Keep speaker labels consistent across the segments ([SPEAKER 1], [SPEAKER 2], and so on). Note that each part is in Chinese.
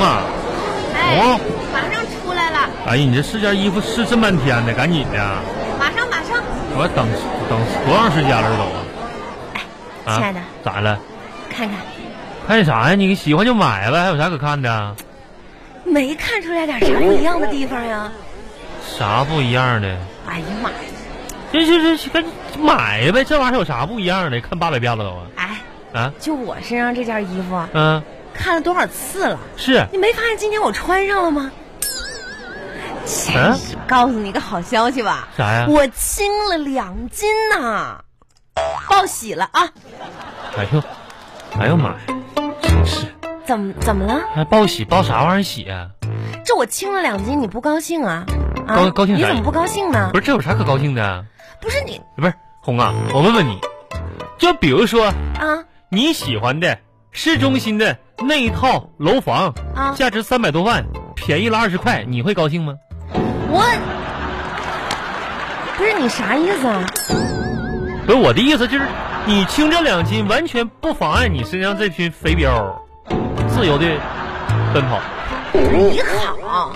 [SPEAKER 1] 啊
[SPEAKER 2] 哎
[SPEAKER 1] 哦哎呀，你这试件衣服试这么半天呢，赶紧的！
[SPEAKER 2] 马上马上，
[SPEAKER 1] 我等等多长时间了都啊？
[SPEAKER 2] 哎亲爱的，
[SPEAKER 1] 咋了？
[SPEAKER 2] 看看，
[SPEAKER 1] 看啥呀？你喜欢就买呗，还有啥可看的？
[SPEAKER 2] 没看出来点啥不一样的地方呀？
[SPEAKER 1] 啥不一样的？
[SPEAKER 2] 哎呀妈呀！
[SPEAKER 1] 这这这，赶紧买呗！这玩意儿有啥不一样的？看八百遍了都啊！
[SPEAKER 2] 哎，
[SPEAKER 1] 啊，
[SPEAKER 2] 就我身上这件衣服啊，
[SPEAKER 1] 嗯、
[SPEAKER 2] 看了多少次了？
[SPEAKER 1] 是，
[SPEAKER 2] 你没发现今天我穿上了吗？
[SPEAKER 1] 嗯、
[SPEAKER 2] 告诉你个好消息吧，
[SPEAKER 1] 啥呀？
[SPEAKER 2] 我轻了两斤呐、报喜了啊！
[SPEAKER 1] 哎呦，哎呦妈呀！真是，
[SPEAKER 2] 怎么怎么了？
[SPEAKER 1] 还报喜报啥玩意儿喜啊？
[SPEAKER 2] 这我轻了两斤，你不高兴啊？啊
[SPEAKER 1] 高高兴啥
[SPEAKER 2] 你怎么不高兴呢？
[SPEAKER 1] 不是，这有啥可高兴的啊？
[SPEAKER 2] 不是你
[SPEAKER 1] 不是红啊，我问问你，就比如说
[SPEAKER 2] 啊
[SPEAKER 1] 你喜欢的市中心的那一套楼房，
[SPEAKER 2] 啊
[SPEAKER 1] 价值三百多万，便宜了二十块，你会高兴吗？
[SPEAKER 2] 我，不是你啥意思啊？
[SPEAKER 1] 不是我的意思，就是你轻这两斤，完全不妨碍你身上这群肥膘自由的奔跑。
[SPEAKER 2] 你好，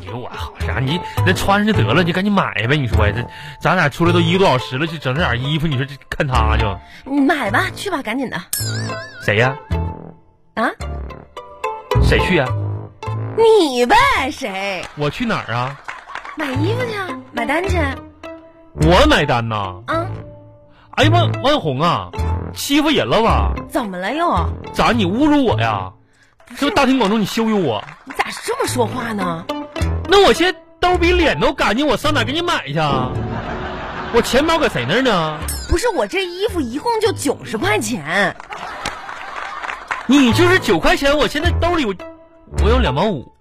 [SPEAKER 1] 你说我好啥？你那穿上就得了，你赶紧买呗。你说呀这咱俩出来都一个多小时了，就整这点衣服，你说这看他就
[SPEAKER 2] 你买吧，去吧，赶紧的
[SPEAKER 1] 谁呀、
[SPEAKER 2] 啊！
[SPEAKER 1] 谁去呀、
[SPEAKER 2] 你呗，谁
[SPEAKER 1] 我去哪儿啊？
[SPEAKER 2] 买衣服去啊？买单去啊？
[SPEAKER 1] 我买单呐！哎呀妈，万红啊，欺负人了吧？
[SPEAKER 2] 怎么了又？
[SPEAKER 1] 咋你侮辱我呀？是不是大庭广众你羞辱我？
[SPEAKER 2] 你咋这么说话呢？
[SPEAKER 1] 那我现在兜比脸都干净，我上哪儿给你买去？啊？我钱包搁谁那儿呢？
[SPEAKER 2] 不是我这衣服一共就九十块钱，
[SPEAKER 1] 你就是九块钱，我现在兜里我我有两毛五，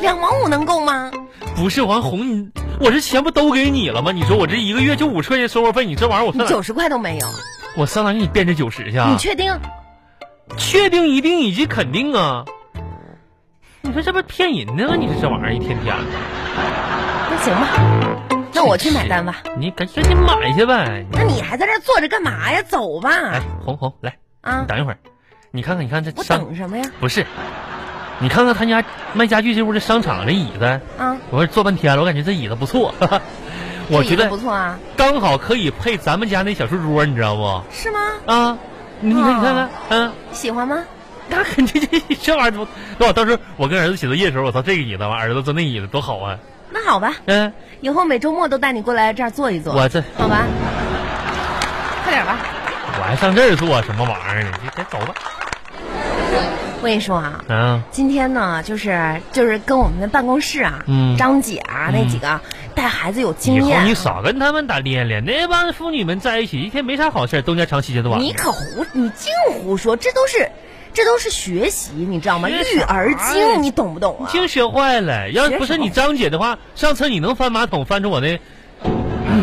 [SPEAKER 2] 两毛五能够吗？
[SPEAKER 1] 不是王红你，我这钱不都给你了吗？你说我这一个月就五十块钱生活费，你这玩意儿我上
[SPEAKER 2] 你
[SPEAKER 1] 哪儿
[SPEAKER 2] 九十块都没有，
[SPEAKER 1] 我上哪儿给你变这九十去？
[SPEAKER 2] 你
[SPEAKER 1] 啊？
[SPEAKER 2] 确定？
[SPEAKER 1] 确定一定以及肯定啊！你说这不骗人呢吗？你说这玩意儿一天天的。
[SPEAKER 2] 那行吧，那我去买单吧。
[SPEAKER 1] 你赶赶紧买去呗。
[SPEAKER 2] 那你还在这儿坐着干嘛呀？走
[SPEAKER 1] 哎
[SPEAKER 2] 吧，，
[SPEAKER 1] 红红来，
[SPEAKER 2] 啊
[SPEAKER 1] 你！等一会儿，你看看，你看这
[SPEAKER 2] 我
[SPEAKER 1] 商
[SPEAKER 2] 等什么呀？
[SPEAKER 1] 不是，你看看他家卖家具这屋这商场这椅子，
[SPEAKER 2] 啊，
[SPEAKER 1] 我说坐半天了，我感觉这椅子不错， 我
[SPEAKER 2] 这
[SPEAKER 1] 觉
[SPEAKER 2] 椅子
[SPEAKER 1] 得
[SPEAKER 2] 不错啊，
[SPEAKER 1] 刚好可以配咱们家那小书桌，你知道不？
[SPEAKER 2] 是吗？
[SPEAKER 1] 啊，你你看
[SPEAKER 2] 哦
[SPEAKER 1] 你看看，嗯、
[SPEAKER 2] 喜欢吗？
[SPEAKER 1] 那肯定这这玩意儿多，那我到时候我跟儿子写作业的时候，我操这个椅子，完儿子坐那椅子多好啊！
[SPEAKER 2] 那好吧，
[SPEAKER 1] 嗯、
[SPEAKER 2] 以后每周末都带你过来这儿坐一坐，
[SPEAKER 1] 我这
[SPEAKER 2] 好吧？快点吧，
[SPEAKER 1] 我还上这儿坐什么玩意儿呢？你赶紧走吧。
[SPEAKER 2] 我跟你说啊，
[SPEAKER 1] 啊，
[SPEAKER 2] 今天呢，就是就是跟我们的办公室啊，
[SPEAKER 1] 嗯
[SPEAKER 2] 张姐啊、那几个带孩子有
[SPEAKER 1] 以
[SPEAKER 2] 经
[SPEAKER 1] 后
[SPEAKER 2] 验
[SPEAKER 1] 你，少跟他们打连连，那帮妇女们在一起一天没啥好事儿，东家长西家短。
[SPEAKER 2] 你可胡，你净胡说，这都是这都是学习，你知道吗？
[SPEAKER 1] 学
[SPEAKER 2] 育
[SPEAKER 1] 啥
[SPEAKER 2] 儿
[SPEAKER 1] 呀
[SPEAKER 2] 经，你懂不懂啊？
[SPEAKER 1] 净学坏了。要
[SPEAKER 2] 学
[SPEAKER 1] 不是
[SPEAKER 2] 什么
[SPEAKER 1] 你张姐的话，上次你能翻马桶翻出我那、嗯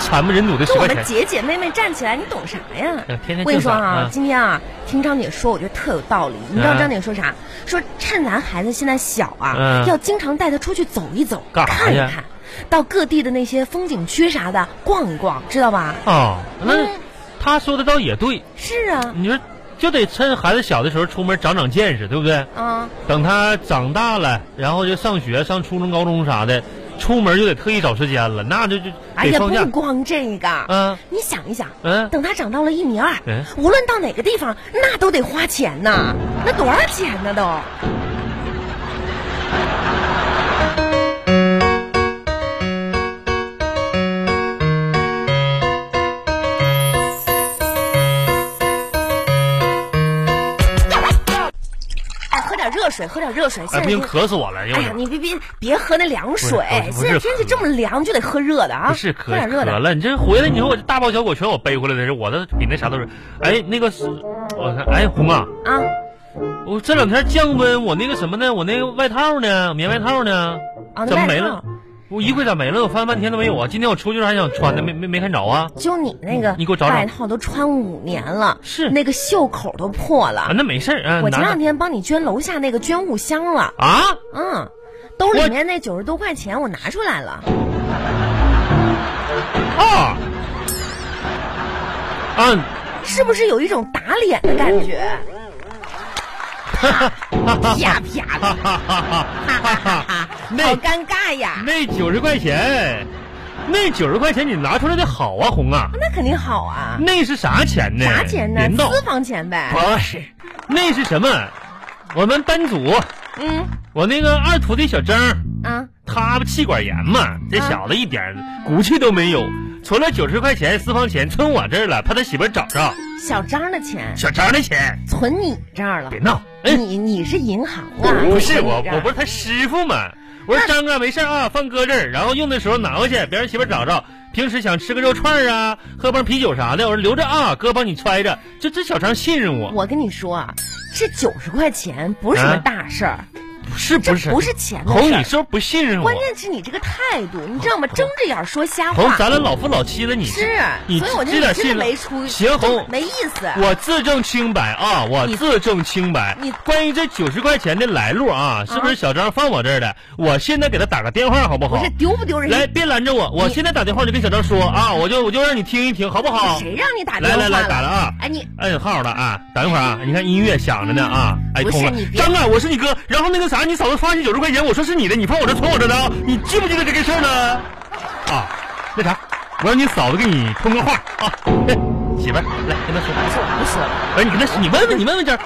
[SPEAKER 1] 惨不忍睹的十
[SPEAKER 2] 跟我
[SPEAKER 1] 块
[SPEAKER 2] 们
[SPEAKER 1] 钱。
[SPEAKER 2] 姐姐妹妹站起来，你懂啥呀
[SPEAKER 1] 嗯？天天
[SPEAKER 2] 我跟你
[SPEAKER 1] 就
[SPEAKER 2] 说
[SPEAKER 1] 爽
[SPEAKER 2] 啊
[SPEAKER 1] 啊，
[SPEAKER 2] 今天啊，听张姐说，我觉得特有道理。你知道
[SPEAKER 1] 嗯
[SPEAKER 2] 张姐说啥？说趁咱孩子现在小啊
[SPEAKER 1] 嗯，
[SPEAKER 2] 要经常带他出去走一走，
[SPEAKER 1] 干啥
[SPEAKER 2] 看一
[SPEAKER 1] 呀
[SPEAKER 2] 看，到各地的那些风景区啥的逛一逛，知道吧？
[SPEAKER 1] 哦，那、
[SPEAKER 2] 嗯
[SPEAKER 1] 他说的倒也对，
[SPEAKER 2] 是啊，
[SPEAKER 1] 你说就得趁孩子小的时候出门长长见识，对不对？
[SPEAKER 2] 啊，
[SPEAKER 1] 等他长大了，然后就上学，上初中、高中啥的，出门就得特意找时间了，那就就
[SPEAKER 2] 哎
[SPEAKER 1] 得
[SPEAKER 2] 呀，
[SPEAKER 1] 放假
[SPEAKER 2] 不。光这个，
[SPEAKER 1] 嗯
[SPEAKER 2] 你想一想。
[SPEAKER 1] 嗯，
[SPEAKER 2] 等他长到了一米二
[SPEAKER 1] 嗯，
[SPEAKER 2] 无论到哪个地方，那都得花钱呐，那多少钱呢都？哎，喝点热水，喝点热水。
[SPEAKER 1] 哎，
[SPEAKER 2] 现在
[SPEAKER 1] 不行，
[SPEAKER 2] 天
[SPEAKER 1] 渴死我了，又
[SPEAKER 2] 哎呀，你别别别喝那凉水
[SPEAKER 1] 不是，哦不
[SPEAKER 2] 现
[SPEAKER 1] 是
[SPEAKER 2] 在天气
[SPEAKER 1] 渴
[SPEAKER 2] 这么凉，就得喝热的啊。
[SPEAKER 1] 不是
[SPEAKER 2] 喝
[SPEAKER 1] 渴
[SPEAKER 2] 点热
[SPEAKER 1] 渴
[SPEAKER 2] 的。
[SPEAKER 1] 了，你这回来你说我这大包小裹全我背回来的是我的比那啥都是。哎，那个是我看，哎红啊，
[SPEAKER 2] 啊，
[SPEAKER 1] 我哦这两天降温，我那个什么呢？我那个外套呢？棉外套呢？
[SPEAKER 2] 啊，
[SPEAKER 1] 怎么
[SPEAKER 2] 那
[SPEAKER 1] 没
[SPEAKER 2] 外
[SPEAKER 1] 了
[SPEAKER 2] 套？
[SPEAKER 1] 我衣柜咋没了？我翻半天都没有啊！今天我出去还想穿呢，没没没看着啊！
[SPEAKER 2] 就你那个
[SPEAKER 1] 你给我找找
[SPEAKER 2] 外套都穿五年了，
[SPEAKER 1] 是
[SPEAKER 2] 那个袖口都破了。
[SPEAKER 1] 啊，那没事儿啊，
[SPEAKER 2] 我前
[SPEAKER 1] 拿
[SPEAKER 2] 两天帮你捐楼下那个捐物箱了，
[SPEAKER 1] 啊，
[SPEAKER 2] 嗯，兜里
[SPEAKER 1] 我
[SPEAKER 2] 面那九十多块钱我拿出来了，
[SPEAKER 1] 啊啊！
[SPEAKER 2] 是不是有一种打脸的感 觉？
[SPEAKER 1] 哈哈哈哈
[SPEAKER 2] 啪啪的，
[SPEAKER 1] 哈哈哈哈！
[SPEAKER 2] 好
[SPEAKER 1] 那
[SPEAKER 2] 尴尬 呀。
[SPEAKER 1] 那九十块钱，那九十块钱你拿出来的好啊，红啊，
[SPEAKER 2] 那肯定好啊，
[SPEAKER 1] 那是啥钱呢？
[SPEAKER 2] 啥钱呢？
[SPEAKER 1] 人道
[SPEAKER 2] 私房钱呗。
[SPEAKER 1] 不是，那是什么？我们班组，
[SPEAKER 2] 嗯
[SPEAKER 1] 我那个二徒弟小张，
[SPEAKER 2] 啊，
[SPEAKER 1] 他不气管炎嘛，这
[SPEAKER 2] 啊
[SPEAKER 1] 小子一点骨气都没有，存了九十块钱私房钱存我这儿了，怕他媳妇儿找着。
[SPEAKER 2] 小张的钱
[SPEAKER 1] 小张的钱，
[SPEAKER 2] 存你这儿了
[SPEAKER 1] 别。闹，哎，
[SPEAKER 2] 你你是银行啊？
[SPEAKER 1] 不是我，
[SPEAKER 2] 你这
[SPEAKER 1] 我不是他师傅嘛。我说张啊，没事啊，放哥这儿，然后用的时候拿回去，别让媳妇儿找着。平时想吃个肉串儿啊，喝瓶啤酒啥的，我说留着啊，哥帮你揣着。这这小张信任我，
[SPEAKER 2] 我跟你说啊，这九十块钱不是什么
[SPEAKER 1] 啊
[SPEAKER 2] 大事儿，
[SPEAKER 1] 是
[SPEAKER 2] 这
[SPEAKER 1] 不是？
[SPEAKER 2] 不是钱的
[SPEAKER 1] 红，
[SPEAKER 2] 事
[SPEAKER 1] 你
[SPEAKER 2] 儿。
[SPEAKER 1] 是不是不信任我
[SPEAKER 2] 关？键是你这个态度，你知道吗？睁着眼说瞎
[SPEAKER 1] 红，
[SPEAKER 2] 话，
[SPEAKER 1] 咱俩老夫老妻了，你
[SPEAKER 2] 是，啊
[SPEAKER 1] 你
[SPEAKER 2] 所以我就
[SPEAKER 1] 这点
[SPEAKER 2] 真的
[SPEAKER 1] 信
[SPEAKER 2] 没出，
[SPEAKER 1] 行，红，
[SPEAKER 2] 没意思。
[SPEAKER 1] 我自证清白啊，我
[SPEAKER 2] 你
[SPEAKER 1] 自证清白。
[SPEAKER 2] 你
[SPEAKER 1] 关于这九十块钱的来路啊，是不是小张放我这儿的？我现在给他打个电话好不
[SPEAKER 2] 不
[SPEAKER 1] 好
[SPEAKER 2] 是？丢不丢人？
[SPEAKER 1] 来，别拦着我，我
[SPEAKER 2] 你
[SPEAKER 1] 现在打电话就跟小张说啊，我就我就让你听一听，好不好？
[SPEAKER 2] 谁让你打电
[SPEAKER 1] 啊来
[SPEAKER 2] 话
[SPEAKER 1] 来来，打了啊，
[SPEAKER 2] 哎，你
[SPEAKER 1] 摁号了啊，等一会儿啊，你看音乐响着呢啊，哎
[SPEAKER 2] 不是
[SPEAKER 1] 通了
[SPEAKER 2] 你，别
[SPEAKER 1] 张啊，我是你哥，然后那个啥，你嫂子发你九十块钱，我说是你的，你放我这儿存我这儿的啊，你记不记得这个事儿呢？啊，那啥，我让你嫂子给你通个话啊，嘿媳妇儿来跟他说，
[SPEAKER 2] 不说不说了，
[SPEAKER 1] 不是你跟他说，你问问你问问张，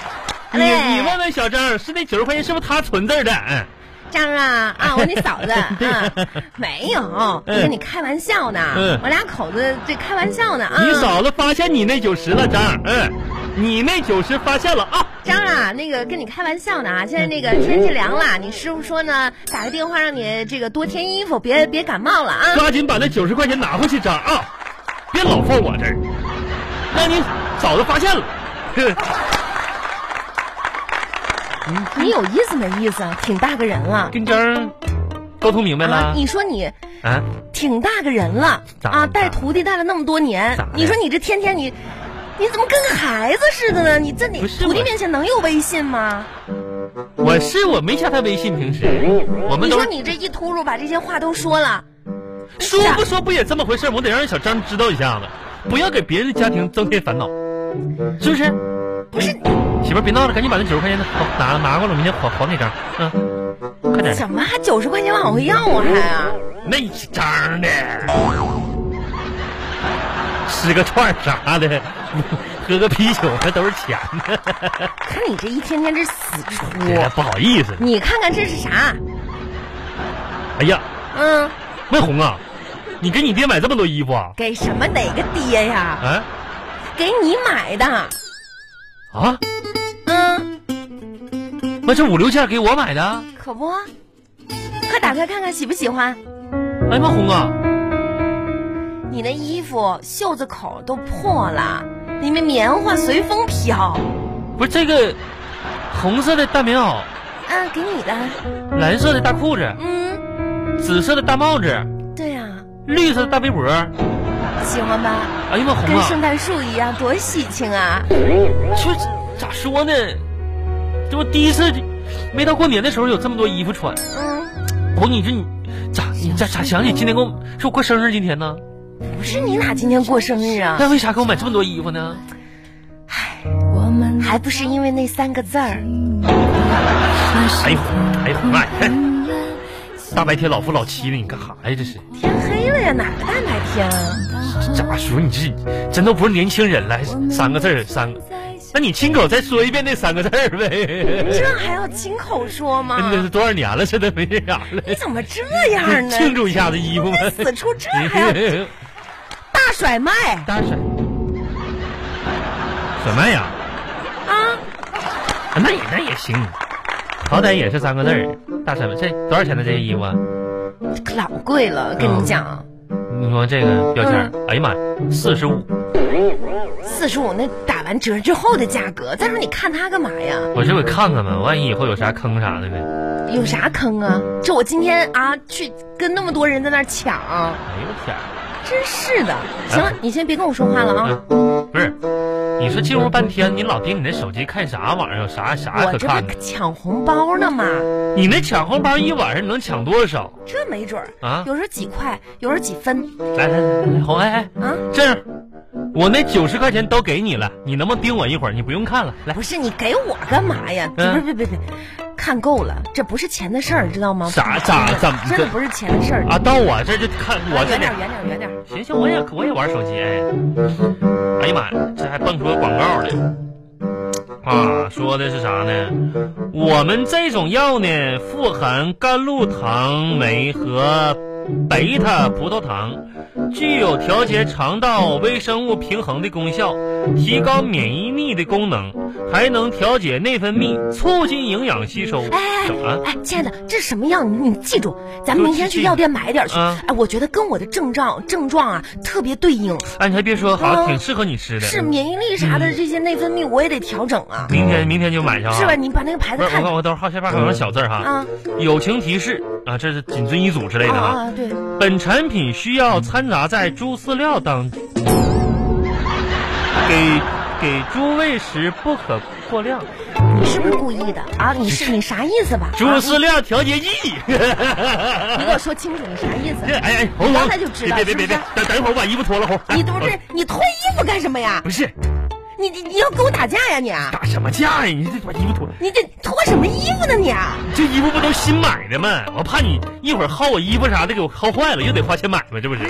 [SPEAKER 1] 你
[SPEAKER 2] 哎
[SPEAKER 1] 你问问小张，是那九十块钱是不是他存字儿的？嗯。
[SPEAKER 2] 张啊啊，我 那嫂子
[SPEAKER 1] 对
[SPEAKER 2] 啊，没有，我
[SPEAKER 1] 嗯
[SPEAKER 2] 跟你开玩笑呢
[SPEAKER 1] 嗯，
[SPEAKER 2] 我俩口子这开玩笑呢啊。
[SPEAKER 1] 你嫂子发现你那九十了，张，嗯，你那九十发现了啊，
[SPEAKER 2] 张啊，那个跟你开玩笑呢啊，现在那个天气凉了，你师傅说呢，打个电话让你这个多添衣服，别别感冒了啊。
[SPEAKER 1] 抓紧把那九十块钱拿回去，张啊，别老放我这儿，让你嫂子发现了。哼
[SPEAKER 2] 你有意思没意思啊？挺大个人了。
[SPEAKER 1] 跟张沟通明白
[SPEAKER 2] 啊
[SPEAKER 1] 了，
[SPEAKER 2] 你说你
[SPEAKER 1] 啊？
[SPEAKER 2] 挺大个人了
[SPEAKER 1] 咋了
[SPEAKER 2] 啊，带徒弟带了那么多年
[SPEAKER 1] 咋了，
[SPEAKER 2] 你说你这天天你，你怎么跟个孩子似的呢？你在你
[SPEAKER 1] 不是
[SPEAKER 2] 徒弟
[SPEAKER 1] 我
[SPEAKER 2] 面前能有威信吗？
[SPEAKER 1] 我是我没加他微信，平时我们
[SPEAKER 2] 你
[SPEAKER 1] 都
[SPEAKER 2] 说
[SPEAKER 1] 是
[SPEAKER 2] 你这一秃噜把这些话都说了，
[SPEAKER 1] 说不
[SPEAKER 2] 啊
[SPEAKER 1] 说不也这么回事儿？我得让小张知道一下子，不要给别人的家庭增添烦恼，是不是？
[SPEAKER 2] 不是
[SPEAKER 1] 媳妇儿别闹了，赶紧把那九十块钱拿拿拿过来，明天还还给张，嗯，快点。
[SPEAKER 2] 怎么还九十块钱往回要啊？还啊？
[SPEAKER 1] 那张的，吃个串儿啥的，喝个啤酒那都是钱呢，
[SPEAKER 2] 看你这一天天这死啊出，
[SPEAKER 1] 这还不好意思呢。
[SPEAKER 2] 你看看这是啥？
[SPEAKER 1] 哎呀，
[SPEAKER 2] 嗯，
[SPEAKER 1] 魏红啊，你给你爹买这么多衣服啊？
[SPEAKER 2] 给什么哪个爹呀？
[SPEAKER 1] 啊
[SPEAKER 2] 给你买的，
[SPEAKER 1] 啊，
[SPEAKER 2] 嗯，
[SPEAKER 1] 那这五六件给我买的啊？
[SPEAKER 2] 可不，快打开看看喜不喜欢。
[SPEAKER 1] 哎呀妈，红啊，
[SPEAKER 2] 你那衣服袖子口都破了，里面棉花随风飘。
[SPEAKER 1] 不是这个红色的大棉袄，
[SPEAKER 2] 啊，给你的，
[SPEAKER 1] 蓝色的大裤子，
[SPEAKER 2] 嗯，
[SPEAKER 1] 紫色的大帽子，
[SPEAKER 2] 对呀、
[SPEAKER 1] 绿色的大围脖。
[SPEAKER 2] 喜欢吧？
[SPEAKER 1] 哎呀妈，红
[SPEAKER 2] 跟
[SPEAKER 1] 啊
[SPEAKER 2] 圣，诞树一样，多喜庆啊！
[SPEAKER 1] 就咋说呢？这我第一次，没到过年的时候有这么多衣服穿。
[SPEAKER 2] 嗯，
[SPEAKER 1] 红，你这你咋你咋咋想起今天给我是我过生日今天呢？
[SPEAKER 2] 不是你哪今天过生日啊？
[SPEAKER 1] 那为啥给我买这么多衣服呢？
[SPEAKER 3] 我们
[SPEAKER 2] 还不是因为那三个字儿。
[SPEAKER 1] 哎呦哎呦妈呀！
[SPEAKER 3] 嗯
[SPEAKER 1] 大白天老夫老妻的，你干啥呀？这是
[SPEAKER 2] 天黑了呀，哪个大白天啊？
[SPEAKER 1] 咋说你这真都不是年轻人了，三个字儿三个。那你亲口再说一遍那三个字儿呗？
[SPEAKER 2] 这还要亲口说吗？
[SPEAKER 1] 哎那是多少年了，这都没这样了，
[SPEAKER 2] 你怎么这样呢？
[SPEAKER 1] 庆祝一下子衣服吗？
[SPEAKER 2] 死出这还要 大甩卖
[SPEAKER 1] 大婶，什么呀？
[SPEAKER 2] 啊？
[SPEAKER 1] 那也那也行，好歹也是三个字儿。大婶，这多少钱的这些衣服啊？
[SPEAKER 2] 可老贵了，跟你讲，
[SPEAKER 1] 嗯你说这个标签儿，
[SPEAKER 2] 嗯
[SPEAKER 1] 哎呀妈呀，四十五！
[SPEAKER 2] 四十五那打完折之后的价格。再说你看它干嘛呀？
[SPEAKER 1] 我这我看看吧，万一以后有啥坑啥的呗。
[SPEAKER 2] 有啥坑啊？这我今天啊去跟那么多人在那儿抢，
[SPEAKER 1] 哎呦我天儿！
[SPEAKER 2] 真是的。行
[SPEAKER 1] 啊
[SPEAKER 2] 了，你先别跟我说话了啊，
[SPEAKER 1] 嗯不是，你说进屋半天，你老盯你那手机看啥玩意儿？有啥啥
[SPEAKER 2] 我
[SPEAKER 1] 啊可啊
[SPEAKER 2] 这
[SPEAKER 1] 看
[SPEAKER 2] 不
[SPEAKER 1] 的？
[SPEAKER 2] 抢红包呢吗？
[SPEAKER 1] 你那抢红包一晚上能抢多少
[SPEAKER 2] 这没准儿
[SPEAKER 1] 啊
[SPEAKER 2] 有时候几块，有时候几分
[SPEAKER 1] 来来来来，红哎哎，
[SPEAKER 2] 啊。
[SPEAKER 1] 这样，我那九十块钱都给你了，你能不能盯我一会儿？你不用看了，来
[SPEAKER 2] 不，是你给我干嘛呀？
[SPEAKER 1] 嗯
[SPEAKER 2] 别别别别，看够了，这不是钱的事儿，知道吗？
[SPEAKER 1] 咋咋怎么
[SPEAKER 2] 真的不是钱的事儿。哎
[SPEAKER 1] 啊？到我这儿就看我这
[SPEAKER 2] 远点，远点，远点。
[SPEAKER 1] 行行，我也我也玩手机，哎，哎呀妈呀，这还蹦出个广告来，啊，说的是啥呢？我们这种药呢，富含甘露糖酶和贝塔葡萄糖，具有调节肠道微生物平衡的功效，提高免疫力的功能，还能调节内分泌，促进营养吸收。
[SPEAKER 2] 哎
[SPEAKER 1] 怎么了？
[SPEAKER 2] 哎，亲爱的，这什么药？你你记住，咱们明天去药店买点去。
[SPEAKER 1] 嗯
[SPEAKER 2] 哎，我觉得跟我的症状症状啊特别对应，
[SPEAKER 1] 哎，你还别说，好像
[SPEAKER 2] 嗯
[SPEAKER 1] 挺适合你吃的。
[SPEAKER 2] 是免疫力啥的这些内分泌我也得调整啊，
[SPEAKER 1] 明天明天就买上嗯啊。
[SPEAKER 2] 是吧？你把那个牌
[SPEAKER 1] 不
[SPEAKER 2] 子
[SPEAKER 1] 是，我看
[SPEAKER 2] 看哎看
[SPEAKER 1] 我等会儿下边还有小字儿哈，
[SPEAKER 2] 啊
[SPEAKER 1] 友情提示啊，这是谨遵医嘱之类
[SPEAKER 2] 啊
[SPEAKER 1] 的哈。
[SPEAKER 2] 啊！对，
[SPEAKER 1] 本产品需要掺杂在猪饲料当中，给给猪喂食不可过量。
[SPEAKER 2] 你是不是故意的啊？你是你啥意思吧？
[SPEAKER 1] 猪
[SPEAKER 2] 啊
[SPEAKER 1] 饲料调 节剂。
[SPEAKER 2] 你给我说清楚，你啥意
[SPEAKER 1] 这
[SPEAKER 2] 思？
[SPEAKER 1] 哎哎，红红
[SPEAKER 2] 刚才就，知道
[SPEAKER 1] 别别别别
[SPEAKER 2] 是不，
[SPEAKER 1] 等等一会儿我把衣服脱了，红。
[SPEAKER 2] 你都不
[SPEAKER 1] 哎
[SPEAKER 2] 是你脱衣服干什么呀？
[SPEAKER 1] 不是
[SPEAKER 2] 你你你要跟我打架呀你？啊
[SPEAKER 1] 打什么架呀？你这把衣服脱，
[SPEAKER 2] 你这脱什么衣服呢你？啊
[SPEAKER 1] 这衣服不都新买的吗？我怕你一会儿薅我衣服啥的给我薅坏了，又得花钱买吗？这不是？